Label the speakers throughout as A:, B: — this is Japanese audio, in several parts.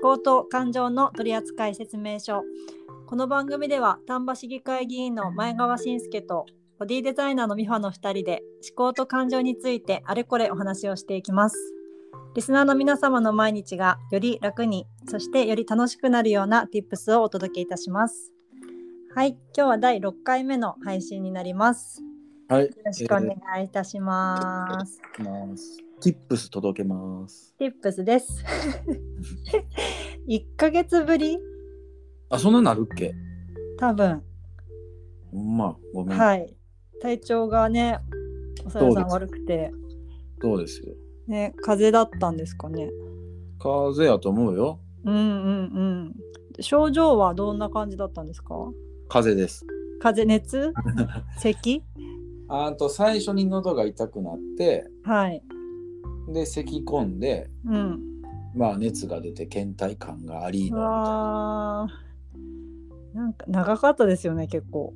A: 思考と感情の取扱説明書この番組では丹波市議会議員の前川信介とボディデザイナーの美穂の2人で思考と感情についてあれこれお話をしていきますリスナーの皆様の毎日がより楽にそしてより楽しくなるような tips をお届けいたしますはい今日は第6回目の配信になります
B: はい。
A: よろしくお願いいたします、
B: えーます。tips 届けます。
A: Tips です。1ヶ月ぶり
B: あ、そんななるっけ
A: 多分、
B: ほんま、ごめん。
A: はい。体調がね、おさやさん悪くて、
B: そうですよ。
A: ね、風邪だったんですかね。
B: 風邪やと思うよ。
A: うんうんうん。症状はどんな感じだったんですか
B: 風邪です。
A: 風邪、熱咳
B: あと、最初に喉が痛くなって、
A: はい。
B: で、咳き込んで、
A: うん。
B: まあ、熱が出て、倦怠感があり
A: う
B: のみたいな。
A: わーなんか長かったですよね、結構。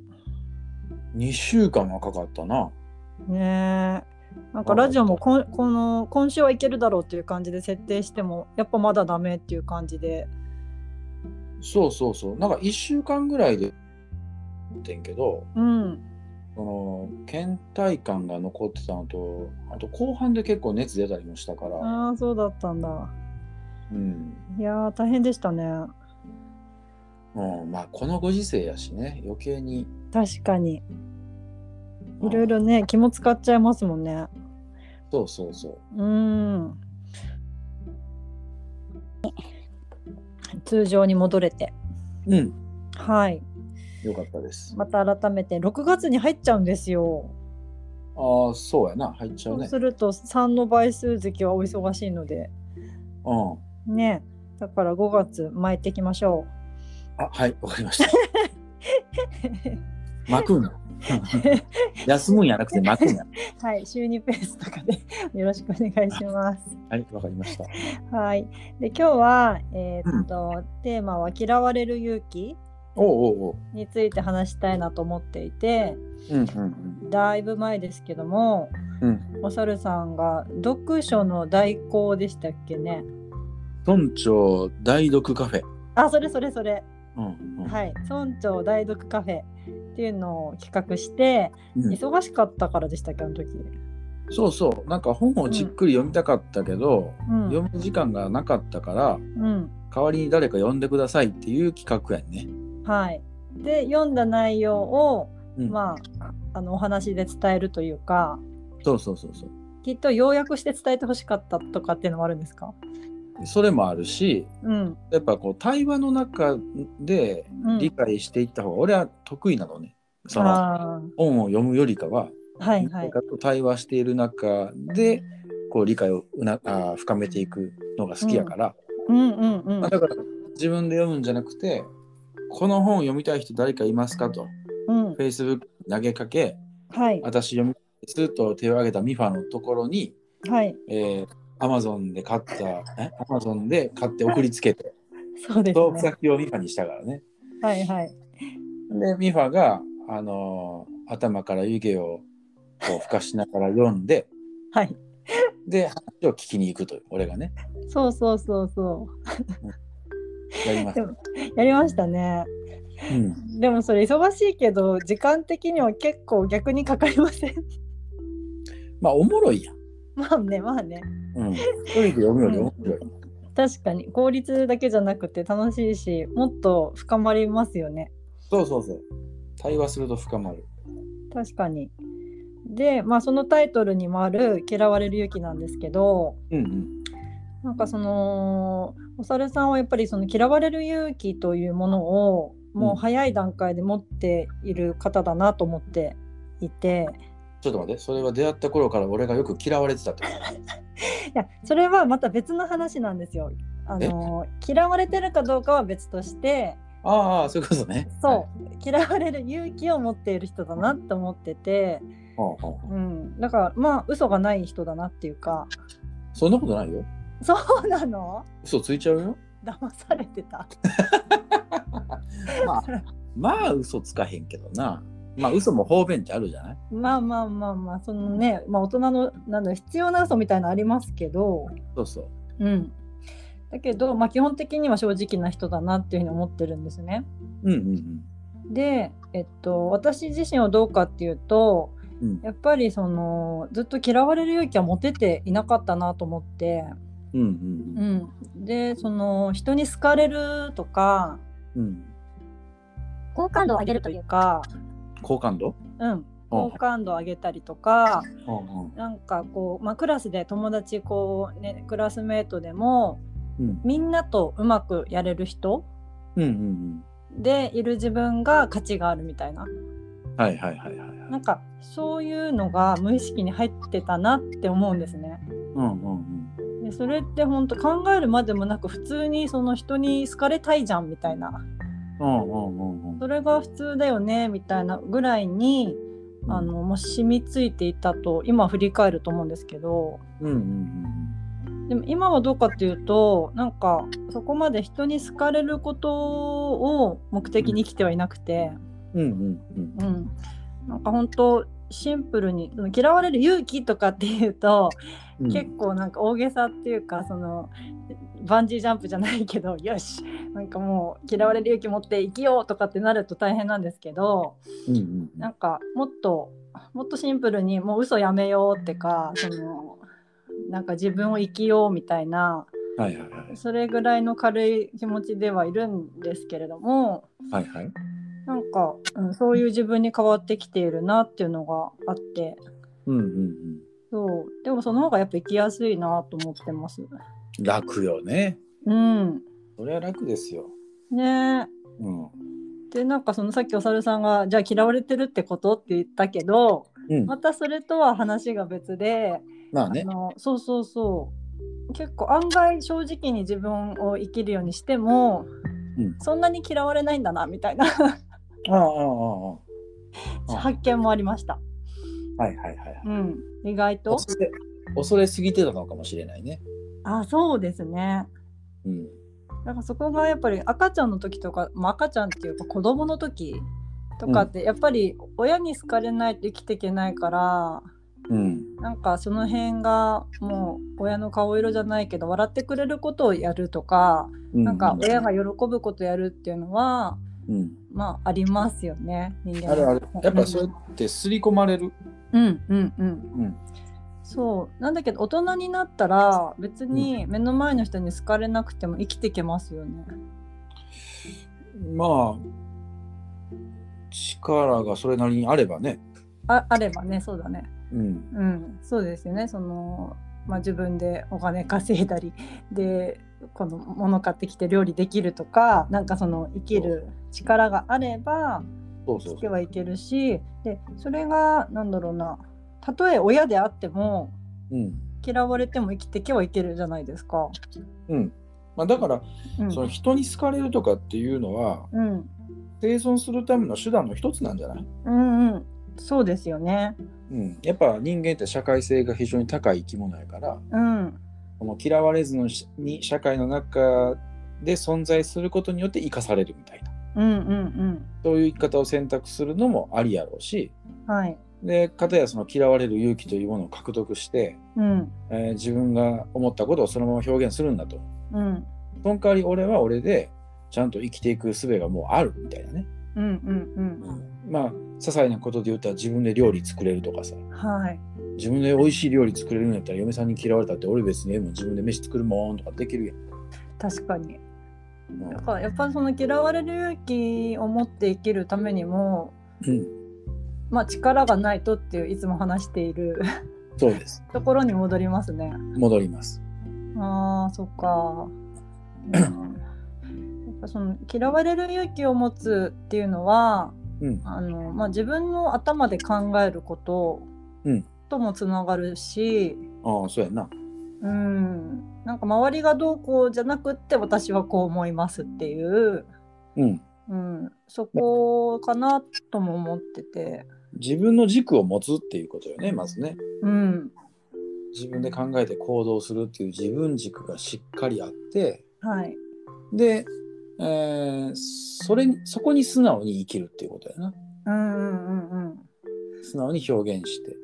B: 2週間はかかったな。
A: ねえ。なんかラジオもこんこの今週はいけるだろうっていう感じで設定してもやっぱまだダメっていう感じで
B: そうそうそう。なんか1週間ぐらいで、ってんけど、
A: うん
B: その、倦怠感が残ってたのと、あと、後半で結構熱出たりもしたから、
A: ああそうだったんだ
B: うん。
A: いやー大変でしたね
B: うん、まあこのご時世やしね余計に
A: 確かにいろいろね気も使っちゃいますもんね
B: そうそうそう
A: うん通常に戻れて
B: うん
A: はい
B: よかったです
A: また改めて6月に入っちゃうんですよ
B: ああそうやな入っち
A: そ
B: ゃ
A: うう
B: ね
A: すると3の倍数月はお忙しいので
B: うん
A: ねだから5月巻いていきましょ
B: あはいわかり ました
A: う
B: 巻 くんや休むんやなくて巻くんや
A: はい週2ペースとかで よろしくお願いします
B: はいわかりました
A: はい、で今日は、えーっとテーマは「嫌われる勇気
B: おうおうおう」
A: について話したいなと思っていて
B: うんうん
A: だいぶ前ですけども、
B: うん
A: おさるさんが読書の代行でしたっけね
B: うん村長大読カフェ
A: あそれそれそれ、
B: うんうん
A: はい村長代読カフェっていうのを企画して
B: うん
A: 忙しかったからでしたっけあの時、
B: そうそうなんか本をじっくり読みたかったけど、
A: うん
B: 読む時間がなかったから
A: うん
B: 代わりに誰か読んでくださいっていう企画やね、
A: はい、で読んだ内容を、
B: うん、
A: まああのお話で伝えるというか
B: そうそうそうそう
A: きっと要約して伝えてほしかったとかっていうのもあるんですか
B: それもあるし
A: うん、
B: やっぱこう対話の中で
A: うん、
B: 理解していった方が俺は得意なのね。その
A: あ
B: 本を読むよりかは、
A: ーはいは
B: 誰
A: い
B: かと対話している中でこう理解をうなあー深めていくのが好きやから、
A: うんうんうん
B: だから自分で読むんじゃなくてこの本を読みたい人誰かいますかと
A: うん
B: Facebook 投げかけ
A: はい
B: 私読みたいですと手を挙げたミファのところに、
A: はい
B: えー、Amazon で買ったえ Amazon で買って送りつけて
A: そうです
B: 送付
A: ね
B: 先をミファにしたからね。
A: はいはい
B: で、ミファが、あのー頭から湯気をこうふかしながら読んで、
A: はい
B: で、話を聞きに行くという、俺がね、
A: そうそうそうそ
B: やります。
A: でもうやりましたね
B: うん、
A: でもそれ忙しいけど時間的には結構逆にかかりません
B: まあ、おもろいやん。
A: まあねまあね
B: うん、一人で読むより面白い。
A: 確かに効率だけじゃなくて楽しいしもっと深まりますよね
B: そうそうそう。対話すると深まる。
A: 確かにでまあそのタイトルにもある「嫌われる勇気」なんですけど
B: うん
A: なんかそのお猿さんはやっぱりその嫌われる勇気というものをもう早い段階で持っている方だなと思っていて、
B: うん。ちょっと待って、それは出会った頃から俺がよく嫌われてたってこ
A: いやそれはまた別の話なんですよ。あの嫌われてるかどうかは別として
B: と。ああ、そういうことね。
A: そう、嫌われる勇気を持っている人だなと思ってて、
B: はい。はあはあは
A: うん、だからまあ嘘がない人だなっていうか
B: あそんなことないよ。
A: そうなの
B: 嘘ついちゃうよ。
A: 騙されてた。
B: まあ、まあ、嘘つかへんけどな。まあ、嘘も方便ってあるじゃない
A: まあまあまあまあそのね、まあ、大人のなんだろう必要な嘘みたいなのありますけど、
B: そうそう。
A: うん、だけど、まあ、基本的には正直な人だなっていうふうに思ってるんですね。
B: うんうん
A: で、えっと、私自身はどうかっていうと
B: うんうん
A: やっぱりそのずっと嫌われる勇気は持てていなかったなと思って、
B: うんう
A: うんん、でその人に好かれるとか
B: うんうん
A: 好感度を上げるというか、
B: 好感度
A: うん、
B: うん
A: 好感度を上げたりとか
B: うん
A: なんかこう、まあ、クラスで友達こう、ね、クラスメートでも
B: うん
A: みんなとうまくやれる人
B: うんうん
A: でいる自分が価値があるみたいな
B: うんはいはいはいはい
A: なんかそういうのが無意識に入ってたなって思うんですね。
B: うんうんうん
A: でそれって本当考えるまでもなく普通にその人に好かれたいじゃんみたいな
B: うんうんうんうん
A: それが普通だよねみたいなぐらいにあのもう染みついていたと今振り返ると思うんですけど
B: うんうんうん
A: でも今はどうかっていうとなんかそこまで人に好かれることを目的に生きてはいなくて、
B: うんうんうん
A: うん、なんか本当シンプルにその嫌われる勇気とかっていうと、
B: うん
A: 結構なんか大げさっていうかそのバンジージャンプじゃないけど よしなんかもう嫌われる勇気持って生きようとかってなると大変なんですけど
B: うんうんうん
A: なんかもっともっとシンプルにもう嘘やめようってかそのなんか自分を生きようみたいな
B: はいはいはい
A: それぐらいの軽い気持ちではいるんですけれども
B: はいはい
A: なんか、うん、そういう自分に変わってきているなっていうのがあって
B: うんうんうん
A: そうでもその方がやっぱ生きやすいなと思ってます。
B: 楽よね
A: うん
B: それは楽ですよ
A: ねえ
B: うん
A: でなんかそのさっきお猿さんが「じゃあ嫌われてるってこと?」って言ったけど
B: うん
A: またそれとは話が別で、
B: まあね
A: あのそうそうそう結構案外正直に自分を生きるようにしても、
B: うん
A: そんなに嫌われないんだなみたいな
B: あああああああ
A: 発見もありました、
B: はいはいはいはい
A: うん、意外と
B: 恐れ恐れすぎてたのかもしれないね
A: あそうですね
B: うん
A: だからそこがやっぱり赤ちゃんの時とか、まあ、赤ちゃんっていうか子供の時とかってやっぱり親に好かれないと生きていけないから、
B: うん
A: なんかその辺がもう親の顔色じゃないけど笑ってくれることをやるとか、なんか親が喜ぶことやるっていうのは
B: うん
A: まあありますよね人間
B: あるあるやっぱそうやって刷り込まれる
A: うんうんうん
B: うん
A: そうなんだけど大人になったら別に目の前の人に好かれなくても生きていけますよね。
B: まあ力がそれなりにあればね
A: ああればねそうだね。
B: うん
A: うん、そうですよねその、まあ、自分でお金稼いだり でこの物買ってきて料理できるとかなんかその生きる力があれば
B: そうそ
A: 生
B: う
A: きはいけるしでそれがなんだろうなたとえ親であっても
B: うん
A: 嫌われても生きてけはいけるじゃないですか。
B: うんまあだから
A: うん
B: その人に好かれるとかっていうのは
A: うん
B: 生存するための手段の一つなんじゃない
A: うんうん、そうですよね。
B: うんやっぱ人間って社会性が非常に高い生き物やから
A: うん、
B: この嫌われずのしに社会の中で存在することによって生かされるみたいな
A: うんうん
B: そういう生き方を選択するのもありやろうし
A: うんはい。
B: で片やその嫌われる勇気というものを獲得して、
A: うん
B: えー自分が思ったことをそのまま表現するんだと
A: うん
B: その代わり俺は俺でちゃんと生きていく術がもうあるみたいなね、
A: うんうん
B: まあ些細なことで言ったら自分で料理作れるとかさ
A: うんはい。
B: 自分で美味しい料理作れるんやったら嫁さんに嫌われたって俺別にええもん自分で飯作るもんとかできるやん、
A: 確かに。
B: うん
A: だからやっぱりその嫌われる勇気を持って生きるためにも、
B: うん
A: まあ、力がないとっていういつも話している
B: そうです
A: ところに戻りますね。
B: 戻ります
A: あーそっか、うんやっぱその嫌われる勇気を持つっていうのは
B: うん
A: あの、まあ、自分の頭で考えること
B: うん
A: ともつながるし、
B: ああそうやな
A: うん、なんか周りがどうこうじゃなくって私はこう思いますっていう。
B: うん
A: うん、そこかなとも思ってて、
B: 自分の軸を持つっていうことよねまずね
A: うん、
B: 自分で考えて行動するっていう自分軸がしっかりあって
A: はい、
B: で、えーそれにそこに素直に生きるっていうことやな
A: うんうんうんうん、
B: 素直に表現して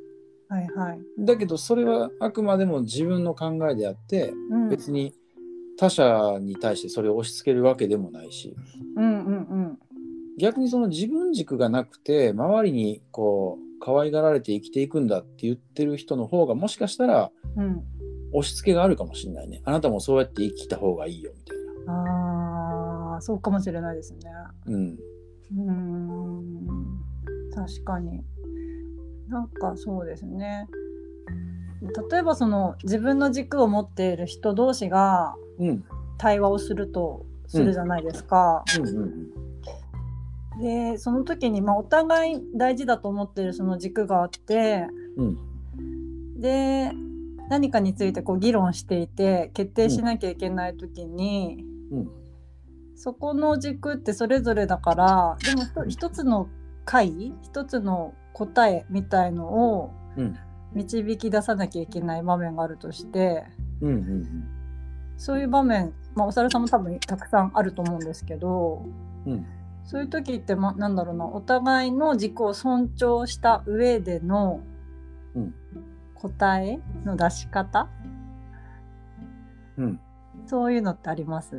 A: はいはい、
B: だけどそれはあくまでも自分の考えであって
A: うん、
B: 別に他者に対してそれを押し付けるわけでもないし
A: うんうんうん
B: 逆にその自分軸がなくて周りにこう可愛がられて生きていくんだって言ってる人の方がもしかしたら
A: うん
B: 押し付けがあるかもしれないねあなたもそうやって生きた方がいいよみたい
A: ああそうかもしれないですね。
B: な、うん、
A: うーん確かになんかそうですね例えばその自分の軸を持っている人同士が
B: うん
A: 対話をするとするじゃないですか、
B: うんうんうん
A: でその時に、まあ、お互い大事だと思っているその軸があって
B: うん
A: で何かについてこう議論していて決定しなきゃいけない時に、
B: うん
A: そこの軸ってそれぞれだからでもひと一
B: うん
A: つの解一つの答えみたいのを
B: うん
A: 導き出さなきゃいけない場面があるとして
B: うんうん
A: そういう場面、まあ、お猿さんも多分たくさんあると思うんですけど
B: うん
A: そういう時って、ま、なんだろうなお互いの軸を尊重した上での
B: うん
A: 答えの出し方、
B: うん
A: そういうのってあります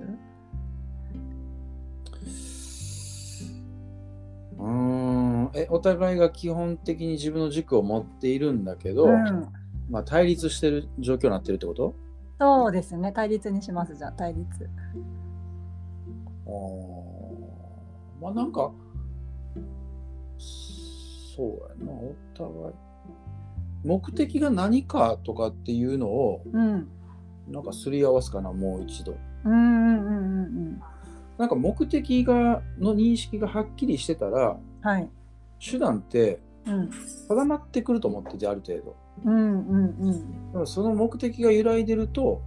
B: うーんえお互いが基本的に自分の軸を持っているんだけど、
A: うん、
B: まあ、対立してる状況になってるってこと
A: そうですね対立にしますじゃあ対立。
B: あーまあなんかそうやなお互い目的が何かとかっていうのを
A: うん
B: なんかすり合わすかなもう一度
A: うんうんうんうん
B: なんか目的がの認識がはっきりしてたら
A: うんはい
B: 手段って
A: うん
B: 定まってくると思っててある程度
A: うんうんうん
B: だからその目的が揺らいでると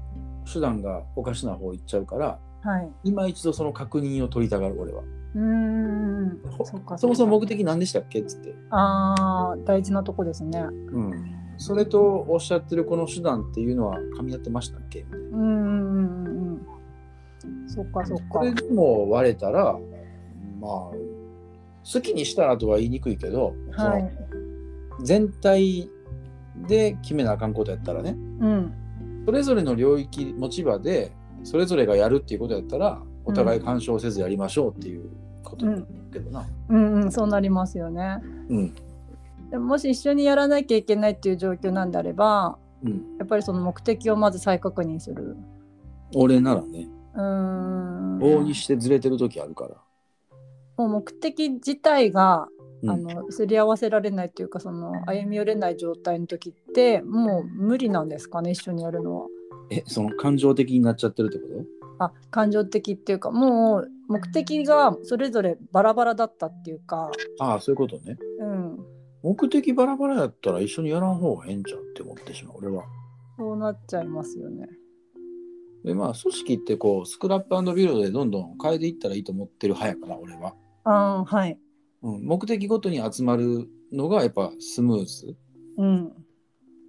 B: 手段がおかしな方行っちゃうから
A: はい
B: 今一度その確認を取りたがる俺は
A: うんうん
B: ほ
A: そうか
B: そもそも
A: う
B: 目
A: か
B: 的何でしたっけっつって
A: あー大事なとこですね
B: うん、それとおっしゃってるこの手段っていうのは噛み合ってましたっけ
A: うんうんうんうんそっかそっ
B: こ
A: か
B: れでも割れたらまあ好きにしたらとは言いにくいけど、
A: はい
B: その全体で決めなあかんことやったらね
A: うん
B: それぞれの領域持ち場でそれぞれがやるっていうことやったらお互い干渉せずやりましょうっていうことだけどな。
A: うんうんそうなりますよね
B: うん
A: でももし一緒にやらなきゃいけないっていう状況なんであれば
B: うん、
A: やっぱりその目的をまず再確認する
B: 俺ならね
A: うーん
B: 往々にしてずれてる時あるから。
A: もう目的自体が、
B: うん
A: あのすり合わせられないというかその歩み寄れない状態の時ってもう無理なんですかね一緒にやるのは。
B: えその感情的になっちゃってるってこと
A: あ感情的っていうかもう目的がそれぞれバラバラだったっていうか、
B: ああそういうことね。
A: うん、
B: 目的バラバラやったら一緒にやらん方がええんちゃうって思ってしまう俺は。
A: そうなっちゃいますよね。
B: でまあ組織ってこうスクラップビルドでどんどん変えていったらいいと思ってる派やから俺は、
A: あーはい、
B: うん。目的ごとに集まるのがやっぱスムーズ、
A: うん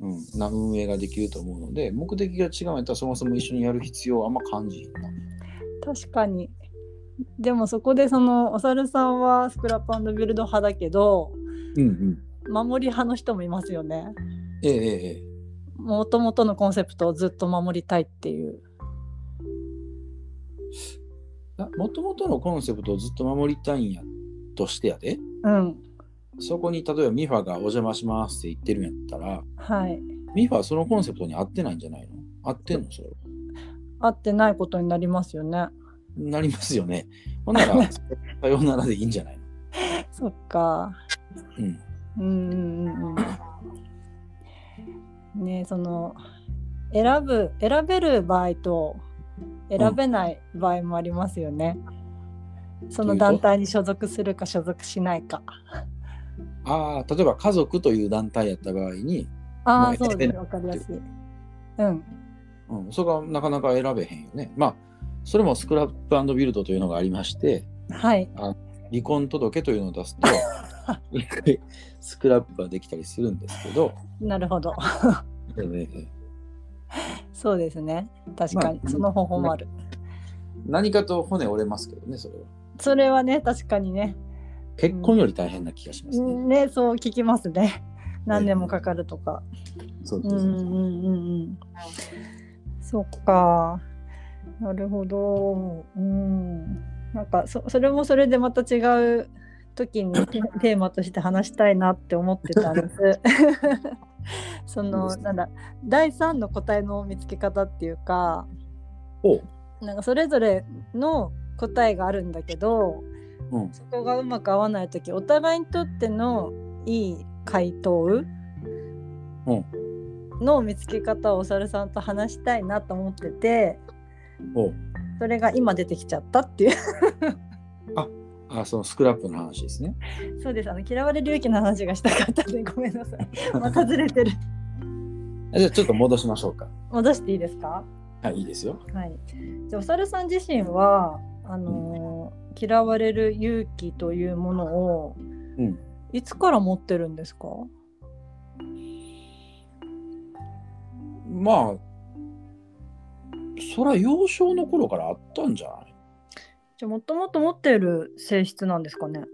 B: うん、な運営ができると思うので目的が違うんやったらそもそも一緒にやる必要はあんま感じひんな。
A: 確かにでもそこでそのお猿さんはスクラップビルド派だけど
B: うんうん。
A: 守り派の人もいますよね。
B: ええええええ。
A: もともとのコンセプトをずっと守りたいっていう。
B: もともとのコンセプトをずっと守りたいんやとしてやで。
A: うん、
B: そこに例えばミファがお邪魔しますって言ってるんやったら
A: はい。
B: ミファはそのコンセプトに合ってないんじゃないの合ってんのそれは
A: 合ってないことになりますよね。
B: なりますよね。ほんなら、さようならでいいんじゃないの
A: そっか。
B: うん。
A: うんうんうんうん。ねえその選ぶ選べる場合と選べない場合もありますよね。その団体に所属するか所属しないか。
B: ああ、例えば家族という団体やった場合に、
A: あ
B: ま
A: あ
B: あ
A: そう
B: 選べ
A: で
B: な
A: す
B: い
A: わかりやすい。うん
B: うん、そこはなかなか選べへんよね。まあ、それもスクラップビルドというのがありまして、
A: はい。
B: 離婚届というのを出すと、 スクラップができたりするんですけど、
A: なるほど。
B: えー
A: そうですね。確かに、
B: まあ
A: その方法もある。
B: 何かと骨折れますけどね、それは。
A: それはね確かにね。
B: 結婚より大変な気がしますね。
A: ねそう聞きますね。何年もかかるとか。
B: そう
A: う
B: そ
A: んう
B: うそうん
A: うんうん。そっか。なるほど。うん。なんかそそれもそれでまた違う時にテ テーマとして話したいなって思ってたん です。そ
B: いいで
A: の
B: すね
A: なんだ第三の答えの見つけ方っていうか、
B: ほう
A: なんかそれぞれの答えがあるんだけど、
B: うん
A: そこがうまく合わない時、お互いにとってのいい回答。の見つけ方をお猿さんと話したいなと思ってて
B: ほう
A: それが今出てきちゃった っていう
B: あそのスクラップの話ですね。
A: そうですあの嫌われる勇気の話がしたかったんでごめんな さいまたずれてる
B: じゃあちょっと戻しましょうか。
A: 戻していいですか
B: はい、いいですよ。
A: はいじゃあお猿さん自身はあのー嫌われる勇気というものを、
B: ん
A: いつから持ってるんですか
B: まあ、そら幼少の頃からあったんじゃない
A: じゃあもともと持ってる性質なんですかね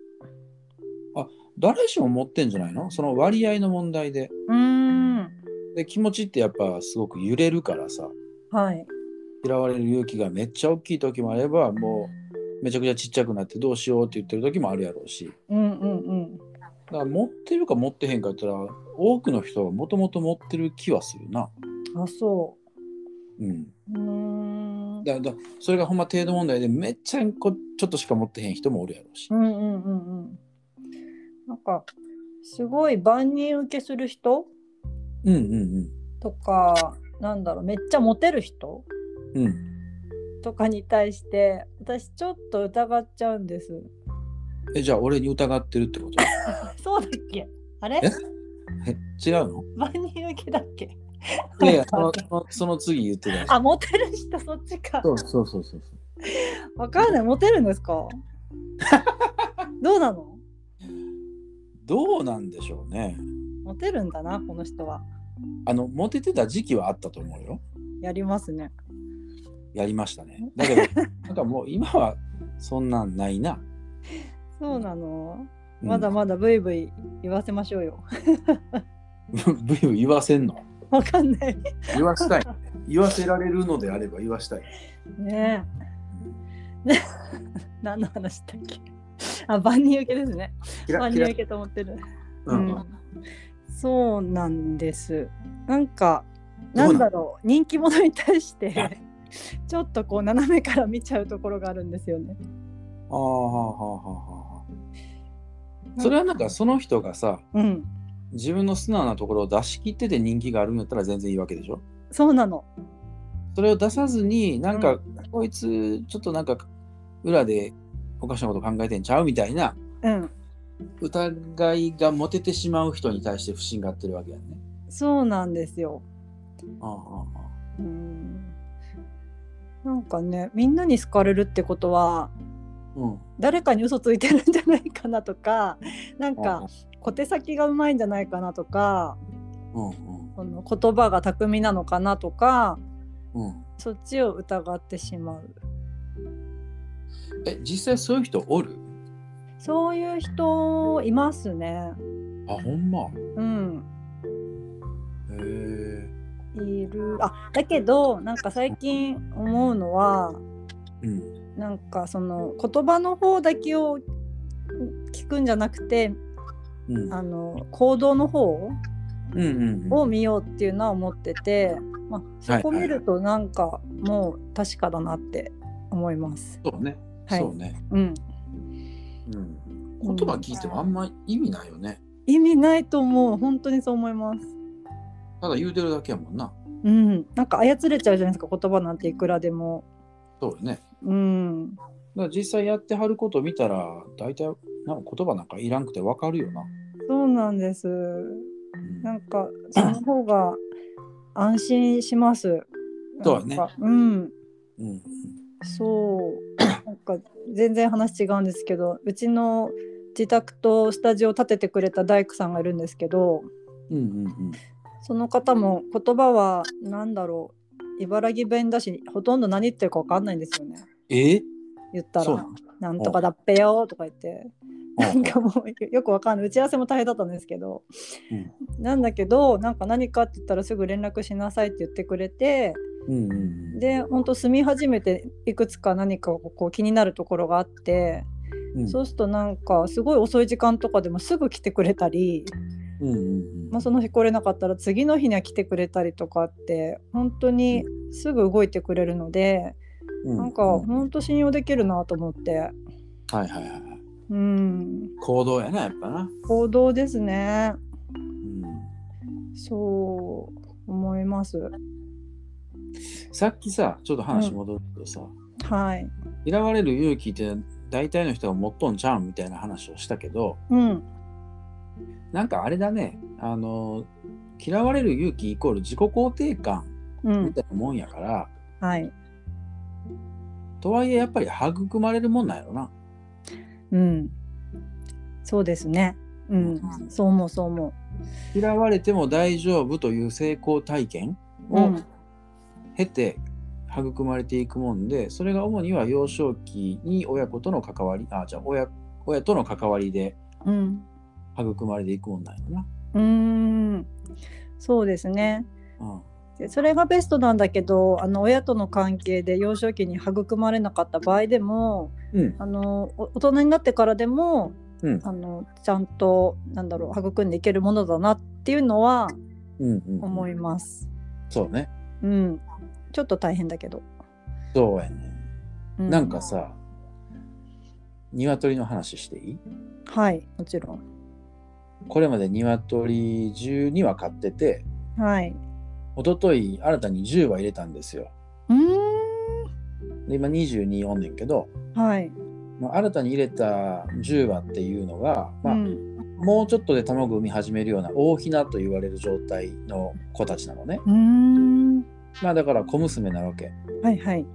B: 誰しも持ってんじゃないのその割合の問題で。
A: うーん
B: で、気持ちってやっぱすごく揺れるからさ、
A: はい
B: 嫌われる勇気がめっちゃ大きい時もあれば、もうめちゃくちゃちっちゃくなってどうしようって言ってる時もあるやろうし。
A: うんうんうん
B: だから持ってるか持ってへんかって言ったら、多くの人はもともと持ってる気はするな。
A: あそ
B: うん。
A: ううーん
B: だだそれがほんま程度問題でめっちゃこちょっとしか持ってへん人もおるやろうし
A: う。んうんうんうん。なんかすごい万人受けする人
B: うんうん
A: とかなんだろうめっちゃモテる人
B: うん。うん。
A: とかに対して私ちょっと疑っちゃうんです。
B: え、じゃあ俺に疑ってるってこと
A: そうだっけあれ
B: ええ違うの
A: 万人受けだっけ
B: いやいや、 そのそのその次言ってたやつ
A: あモテる人そっちか。
B: そうそうそうそうそう。
A: わかんないモテるんですか どうなの
B: どうなんでしょうね。
A: モテるんだなこの人は。
B: あの、モテてた時期はあったと思うよ。
A: やりますね。
B: やりましたね。だけ ど、なんかもう今はそんなんないな。
A: そうなの、
B: うん
A: まだまだブイブイ言わせましょうよ。
B: ブイブイ言わせんの。
A: わかんない。
B: 言わしたい。言わせられるのであれば言わしたい。
A: ねえ。 ね何の話だっけあ、万人受けですね。
B: キ
A: 万
B: ラキ
A: 人
B: ラ
A: 受。けと思ってる。
B: うん。
A: そうなんです。なんか、なんだろう、人気者に対して、 ちょっとこう斜めから見ちゃうところがあるんですよね。
B: ああ、はあはあはあはあ。それはなんかその人がさ、
A: うん、
B: 自分の素直なところを出し切ってて人気があるんだったら全然いいわけでしょ
A: そうなの。
B: それを出さずになんか、
A: う
B: こいつちょっとなんか裏でおかしなこと考えてんちゃうみたいな
A: うん、
B: 疑いが持ててしまう人に対して不信がってるわけやね。
A: そうなんですよ。
B: あああああ
A: うん。なんかね、みんなに好かれるってことは、
B: あうん
A: 誰かに嘘ついてるんじゃないかなとか、なんか
B: ああ
A: 小手先がうまいんじゃないかなとか
B: うんうん
A: この言葉が巧みなのかなとか
B: うん
A: そっちを疑ってしまう
B: え実際そういう人おる
A: そういう人いますね
B: あほんま。へ
A: うん
B: え。
A: いるあだけどなんか最近思うのは
B: うん。
A: なんかその言葉の方だけを聞くんじゃなくて
B: うん。
A: あの行動の方
B: うんうんうん。
A: を見ようっていうのは思ってて、まあ、そこ見るとなんかもう確かだなって思います。
B: そうね。
A: はい
B: そうね。
A: うん
B: うん。言葉聞いてもあんま意味ないよね。
A: 意味ないと思う本当にそう思います
B: ただ言うてるだけやもんな。
A: うんなんか操れちゃうじゃないですか言葉なんていくらでも
B: そうよね。
A: うん
B: だから実際やってはること見たら大体なんか言葉なんかいらんくてわかるよな。
A: そうなんです
B: うん
A: なんかその方が安心します
B: そうね
A: なんかうん
B: うん
A: そうなんか全然話違うんですけどうちの自宅とスタジオを建ててくれた大工さんがいるんですけど
B: うんうんうん
A: その方も言葉は何だろう茨城弁だしほとんど何言ってるか分かんないんですよね
B: え
A: 言った
B: そう
A: ら
B: なの
A: なんとかだっぺよとか言って、な
B: うん
A: かもうよく わかんない打ち合わせも大変だったんですけど、
B: うん
A: なんだけどなんか何かって言ったらすぐ連絡しなさいって言ってくれて、
B: んうんうん
A: で本当住み始めていくつか何かこう気になるところがあって、
B: うん
A: そうするとなんかすごい遅い時間とかでもすぐ来てくれたり、
B: うんうんうん
A: まあ、その日来れなかったら次の日には来てくれたりとかって本当にすぐ動いてくれるので、
B: う
A: なんか
B: う
A: 本当信用できるなと思って、
B: はいはいはい
A: うん、
B: 行動やなやっぱな、
A: 行動ですね
B: うん、
A: そう思います
B: さっきさちょっと話戻るけどさ、
A: はい
B: 嫌われる勇気って大体の人が持っとんちゃうんみたいな話をしたけど
A: うん
B: なんかあれだねあの嫌われる勇気イコール自己肯定感
A: う
B: み
A: ん
B: たいなもんやから、
A: はい
B: とはいえやっぱり育まれるもんなんやろな。
A: うんそうですねうんそう思うそう思う
B: 嫌われても大丈夫という成功体験
A: う
B: を
A: ん
B: 経て育まれていくもんで、それが主には幼少期に親子との関わりあじゃあ親親との関わりで
A: うん
B: 育まれていくもんなんやろな。
A: うーんそうですね
B: うん
A: でそれがベストなんだけどあの親との関係で幼少期に育まれなかった場合でも
B: うん
A: あのお大人になってからでも
B: うん
A: あのちゃんとなんだろう育んでいけるものだなっていうのは
B: うんうん、
A: 思います。
B: そうね
A: うん、ちょっと大変だけど。
B: そうやね、
A: う
B: なんかさ鶏の話していい
A: はいもちろん
B: これまで鶏12羽飼ってて
A: はい
B: 一昨日新たに10羽入れたんですよ。
A: うー
B: で今22おんねんけど、
A: んはい、
B: まあ、新たに入れた10羽っていうのが、まあ
A: うん
B: もうちょっとで卵を産み始めるような大ひなと言われる状態の子たちなのね。
A: うーん
B: まあだから小娘なわけ。
A: はいはい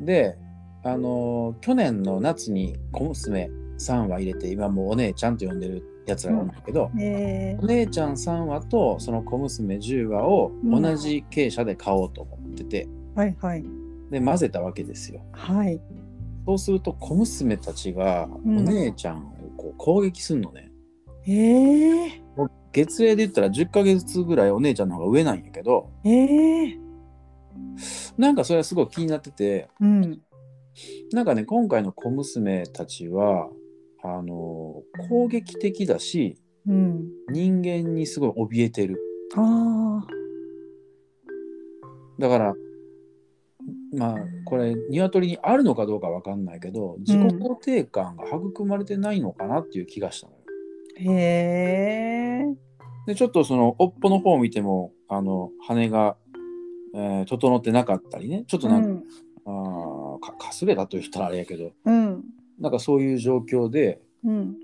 B: で、あのー去年の夏に小娘3羽入れて今もうお姉ちゃんと呼んでるやつらがおるんだけど、
A: え
B: お姉ちゃん3羽とその小娘10羽を同じ鶏舎で買おうと思ってて、
A: ー、はいはい
B: で混ぜたわけですよ。
A: はい
B: そうすると小娘たちがお
A: ん
B: 姉ちゃんをこう攻撃するのね。
A: えー、
B: 月齢で言ったら10ヶ月ぐらいお姉ちゃんの方が上なんやけど
A: えー、
B: なんかそれはすごい気になってて
A: うん
B: なんかね今回の小娘たちはあの攻撃的だし
A: うん
B: 人間にすごい怯えてる
A: あ
B: だからまあこれ鶏にあるのかどうかわかんないけど自己肯定感が育まれてないのかなっていう気がしたのよ。
A: ーへえ
B: でちょっとその尾っぽの方を見てもあの羽が、えー整ってなかったりねちょっと
A: う
B: なんか、
A: ん
B: あーかかすれだと言ったらあれやけど
A: うん
B: なんかそういう状況で、
A: うん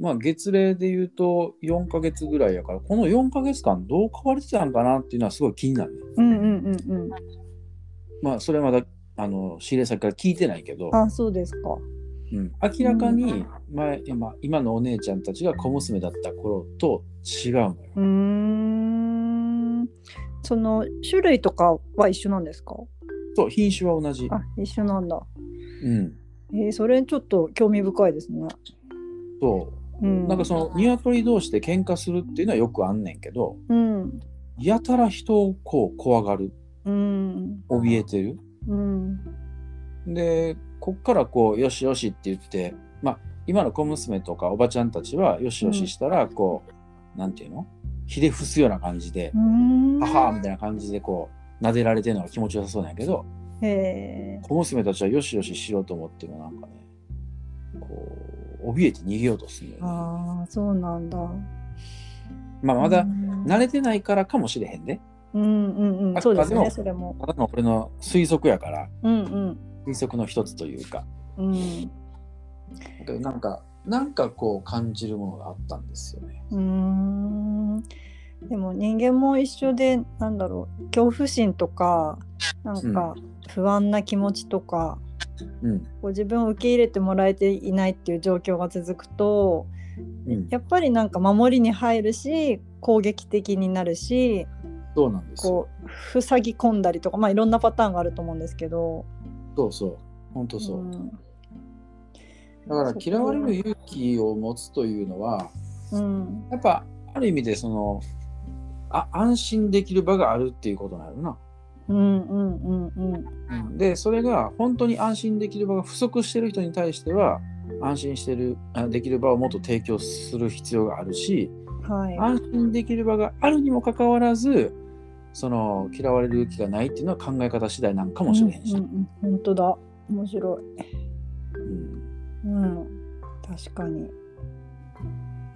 B: まあ、月齢で言うと4ヶ月ぐらいやからこの4ヶ月間どう変われてたんかなっていうのはすごい気になるね。
A: うんうんうんうん
B: まあそれはまだあの仕入れ先から聞いてないけど、
A: あそうですか
B: うん、明らかに前、今今のお姉ちゃんたちが小娘だった頃と違うのよ。
A: うーんその種類とかは一緒なんですか
B: そう品種は同じ。
A: あ一緒なんだ
B: うん、
A: えー、それちょっと興味深いですね。、
B: そううんなんかその鶏同士で喧嘩するっていうのはよくあんねんけど
A: うん、
B: やたら人をこう怖がる
A: うん、
B: 怯えてる
A: うん、
B: でこっからこうよしよしって言ってまあ今の小娘とかおばちゃんたちはよしよししたらこう、なんていうのひれ伏すような感じで
A: う、ん、
B: ははーみたいな感じでこう撫でられてるのが気持ちよさそうなんやけど
A: へえ、
B: 小娘たちはよしよししようと思ってもなんかねこう怯えて逃げようとするよね
A: ああ、そうなんだ。
B: まあまだ慣
A: 慣
B: れてないからかもしれへんね
A: うん、うん、う
B: あ
A: ん、そうです
B: でも
A: ね、それも。
B: ただの俺の推測やから
A: うん、うん、
B: 推測の一つというか
A: うん、
B: だけどなんかなんかこう感じるものがあったんですよね。
A: うーん。でも人間も一緒で、なんだろう、恐怖心とか、なんか不安な気持ちとか。
B: うん
A: こう自分を受け入れてもらえていないっていう状況が続くと、
B: うん、
A: やっぱりなんか守りに入るし攻撃的になるし
B: そうなんですよ
A: こう塞ぎ込んだりとか、まあ、いろんなパターンがあると思うんですけど
B: そうそう。本当そう。
A: ん
B: だから
A: そこ
B: 嫌われる勇気を持つというのは、
A: うん
B: やっぱある意味でそのあ安心できる場があるっていうことなのな。
A: うんうんうんうん
B: でそれが本当に安心できる場が不足してる人に対しては安心してるあできる場をもっと提供する必要があるし
A: はい
B: 安心できる場があるにもかかわらずその嫌われる勇気がないっていうのは考え方次第なんかもしれへんし、
A: うんうんうん、本当だ面白い
B: うん
A: うん確かに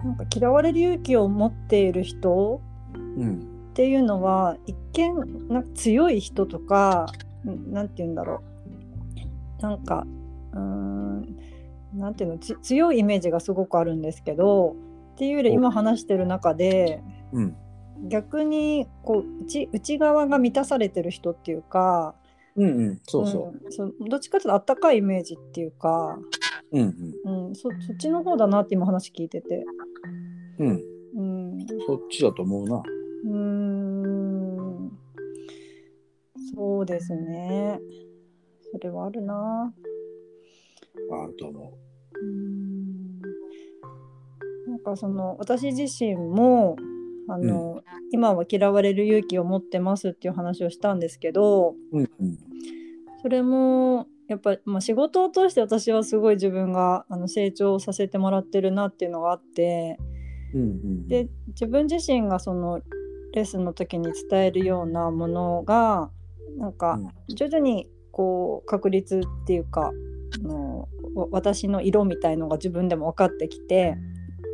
A: なんか嫌われる勇気を持っている人
B: うん
A: っていうのは一見なんか強い人とかんなんて言うんだろうなんかうーんなんていうのつ強いイメージがすごくあるんですけどっていうより
B: お
A: 今話してる中で
B: うん
A: 逆にこう内内側が満たされてる人っていうか
B: うんうんそうそ
A: うんそどっちかというとあったかいイメージっていうか、
B: ううん
A: うん、そそっちの方だなって今話聞いてて。
B: うんうん
A: うん
B: そっちだと思うな
A: うーんそうですね。それはあるな。
B: あると思
A: うーんなんかその私自身もあの、今は嫌われる勇気を持ってますっていう話をしたんですけど
B: ううんうん
A: それもやっぱ、まあ、仕事を通して私はすごい自分があの成長させてもらってるなっていうのがあって
B: うんうん
A: で自分自身がそのレッスンの時に伝えるようなものがなんか徐々にこう確率っていうかあのわ私の色みたいのが自分でも分かってきて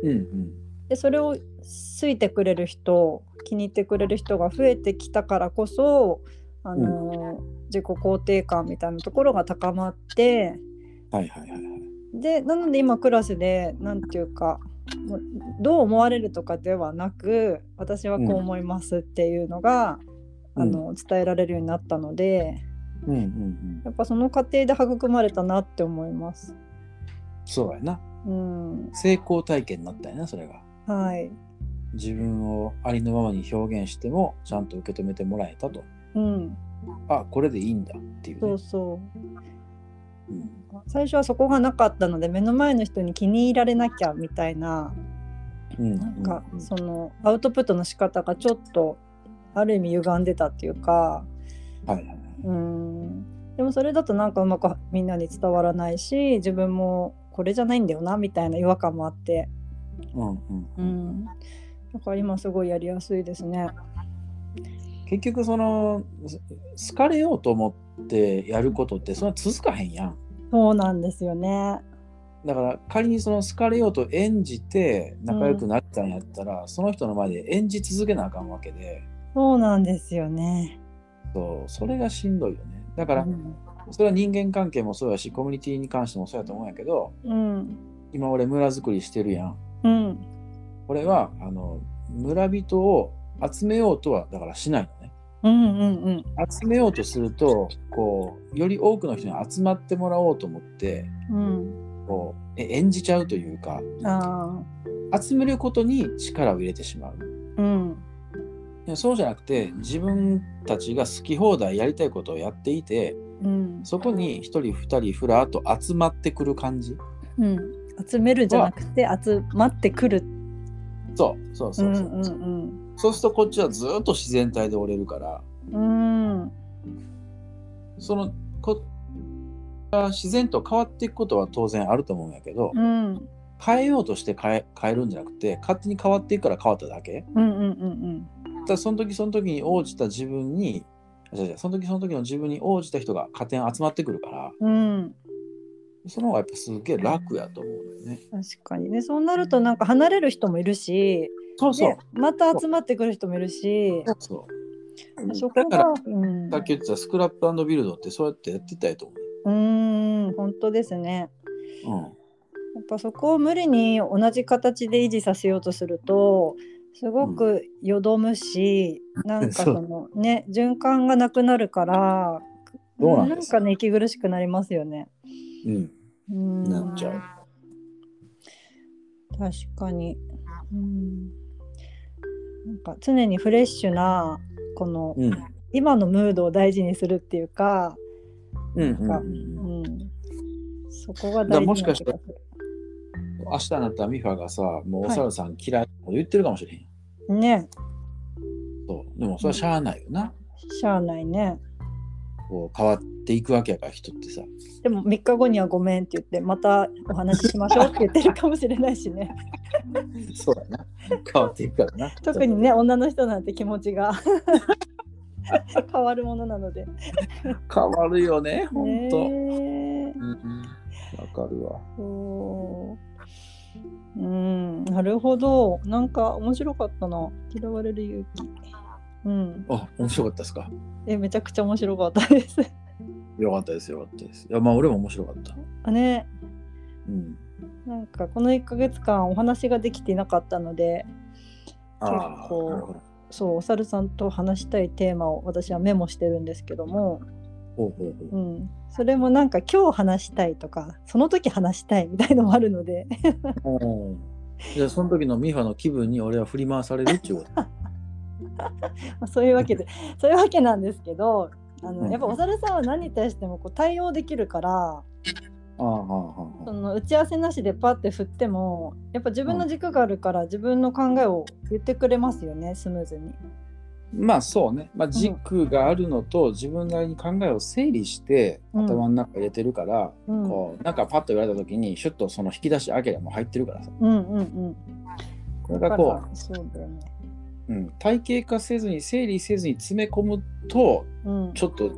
B: うんうん
A: でそれを好いてくれる人気に入ってくれる人が増えてきたからこそあの、自己肯定感みたいなところが高まって
B: はいはいはいはい
A: でなので今クラスで何ていうかもうどう思われるとかではなく私はこう思いますっていうのが、
B: うん
A: あの伝えられるようになったので
B: うんうんうん
A: やっぱその過程で育まれたなって思います。
B: そうやな
A: うん、
B: 成功体験になったんやなそれが
A: はい、
B: 自分をありのままに表現してもちゃんと受け止めてもらえたと
A: うん、
B: あこれでいいんだっていう、
A: そ
B: ね
A: うそう
B: うん
A: 最初はそこがなかったので目の前の人に気に入られなきゃみたいな
B: うんうん
A: なんか
B: うん
A: そのアウトプットの仕方がちょっとある意味歪んでたっていうか
B: はいはいはい、
A: うんでもそれだとなんかうまくみんなに伝わらないし自分もこれじゃないんだよなみたいな違和感もあって、
B: うんうん
A: うん、だから今すごいやりやすいですね。
B: 結局そのす好かれようと思ってやることってそんな続かへんやん
A: そうなんですよね。
B: だから仮にその好かれようと演じて仲良くなったんやったら、その人の前で演じ続けなあかんわけで
A: そうなんですよね。
B: そうそれがしんどいよねだから
A: うん
B: それは人間関係もそうやしコミュニティに関してもそうやと思うんやけど
A: うん。
B: 今俺村づくりしてるやん
A: うん。
B: これはあの村人を集めようとはだからしないのね
A: うんうんうん。
B: 集めようとするとこうより多くの人に集まってもらおうと思って
A: うん。
B: こうえ演じちゃうというか
A: あ
B: 集めることに力を入れてしまう
A: あ。うん。
B: でもそうじゃなくて自分たちが好き放題やりたいことをやっていて
A: うん。
B: そこに1人2人ふらっと集まってくる感じ
A: うん。集めるじゃなくて集まってくる。
B: そうそうそうそう、
A: うんうん
B: そうするとこっちはずっと自然体で折れるから
A: うん。うん。
B: そのこが自然と変わっていくことは当然あると思うんやけど、
A: うん。
B: 変えようとして変え変えるんじゃなくて勝手に変わっていくから変わっただけ
A: うんうんうん
B: だからその時その時に応じた自分にあ違う違うその時その時の自分に応じた人が加点集まってくるから
A: うん。うん。
B: その方がやっぱすげえ楽やと思うんだよね。
A: 確かにねそうなるとなんか離れる人もいるし
B: そうそう
A: でまた集まってくる人もいるし
B: そうそう
A: そ
B: だ
A: こ
B: か
A: が
B: ら
A: うん
B: さっき言ってたスクラップビルドってそうやってやってたやと思
A: うーん本当ですね
B: う。
A: やっぱそこを無理に同じ形で維持させようとするとすごくよどむし、なんかそのね循環がなくなるから
B: そうなんです
A: かね息苦しくなりますよね。
B: うん。うん。
A: うーん
B: なっちゃう
A: 確かに。うんなんか常にフレッシュなこの
B: うん。
A: 今のムードを大事にするっていうか、
B: うんうん
A: なんか
B: うん
A: う
B: うん。
A: ん、そこが
B: だ
A: 大
B: から
A: 事
B: もしかし
A: 気
B: た
A: が
B: ら
A: する
B: 明日になったらミファがさ、もう
A: はい
B: お猿さん嫌いってこと言ってるかもしれへん。
A: ね
B: そう。でもそれはしゃあないよな。
A: しゃあないね。
B: こう変わっていくわけやから人ってさ
A: でも3日後にはごめんって言ってまたお話ししましょうって言ってるかもしれないし ね
B: そうだな 変わっていくからな
A: 特にね女の人なんて気持ちが 変わるものなので。
B: 変わるよね本
A: ね
B: 当、うんうんわかるわ
A: えそううんなるほどなんか面白かったな嫌われる勇気。うん、
B: あ面白かったですか
A: えめちゃくちゃ面白かったです。
B: よかったですよかったですいやまあ俺も面白かった
A: あね
B: うん
A: なんかこの1ヶ月間お話ができていなかったので結
B: ああ
A: 構
B: なるほど
A: そうお猿さんと話したいテーマを私はメモしてるんですけども、
B: ほうほうほう
A: うん、それもなんか今日話したいとかその時話したいみたいのもあるので
B: うんじゃあその時のミファの気分に俺は振り回されるっていう こと。
A: まあそういうわけでそういうわけなんですけどあ
B: う
A: の
B: ん
A: やっぱお猿さんは何に対してもこう対応できるから
B: あああ
A: その打ち合わせなしでパッて振ってもやっぱ自分の軸があるから自分の考えを言ってくれますよねスムーズに。
B: まあそうね、まあ、軸があるのと自分なりに考えを整理して
A: うん
B: 頭の中入れてるから、
A: うん、
B: こうなんかパッと言われた時にシュッとその引き出し開けりゃもう入ってるからさ
A: うんうんうん。
B: これがこ
A: う。そうだよね。
B: う、うん、体系化せずに整理せずに詰め込むと
A: うん。
B: ちょっと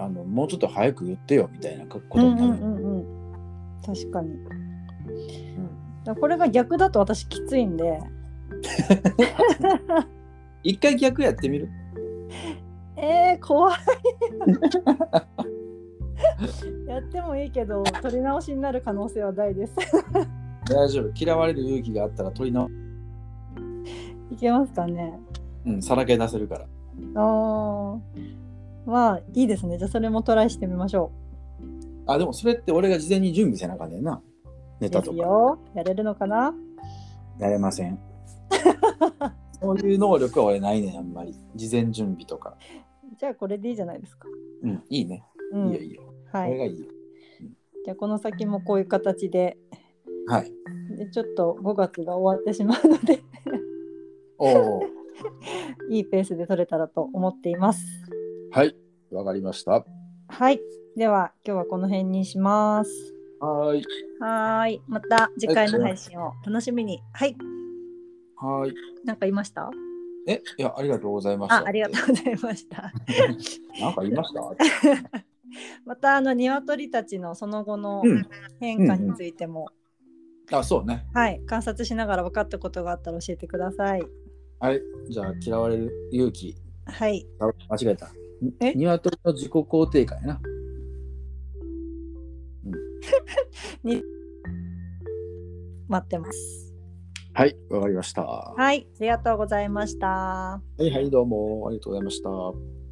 B: あのもうちょっと早く言ってよみたいなこと
A: うん
B: に
A: う
B: な
A: ん。
B: る
A: うんうん。確かに。だか
B: うん
A: らこれが逆だと私きついんで。
B: 一回逆やってみる
A: えー、怖い。 やってもいいけど、取り直しになる可能性は大です。
B: 大丈夫嫌われる勇気があったら取り直
A: いけますかね。
B: うんさらけ出せるから
A: あーまあ、いいですね。じゃあ、それもトライしてみましょ
B: あでもそれって俺が事前に準備せなあかんねんな
A: う。
B: ネ
A: で
B: タ
A: す
B: とか
A: よ。やれるのかな。
B: やれま せんそういう能力は俺ないねんあんまり事前準備とか
A: じゃあ、これでいいじゃないですか。
B: うんいいね、
A: う
B: いいよ
A: ん。
B: いいよこ
A: は
B: れ
A: い。
B: がいいよ
A: じゃあ、この先もこういう形で
B: はい
A: でちょっと5月が終わってしまうので
B: おお
A: いいペースで取れたらと思っています
B: はいわかりました
A: はいでは今日はこの辺にします
B: はーい
A: はーいまた次回の配信を楽しみにはい
B: はーい
A: なんか言いました
B: えいやありがとうございました
A: あありがとうございました
B: なんか言いました
A: またあの鶏たちのその後の
B: うん
A: 変化についても、
B: あそうね
A: はい観察しながら分かったことがあったら教えてください
B: はいじゃあ嫌われる勇気
A: はい
B: あ間違えた
A: え
B: 鶏の自己肯定感やな
A: 待ってます
B: はいわかりましたは
A: はいありがとうございました
B: いはいどうもありがとうございました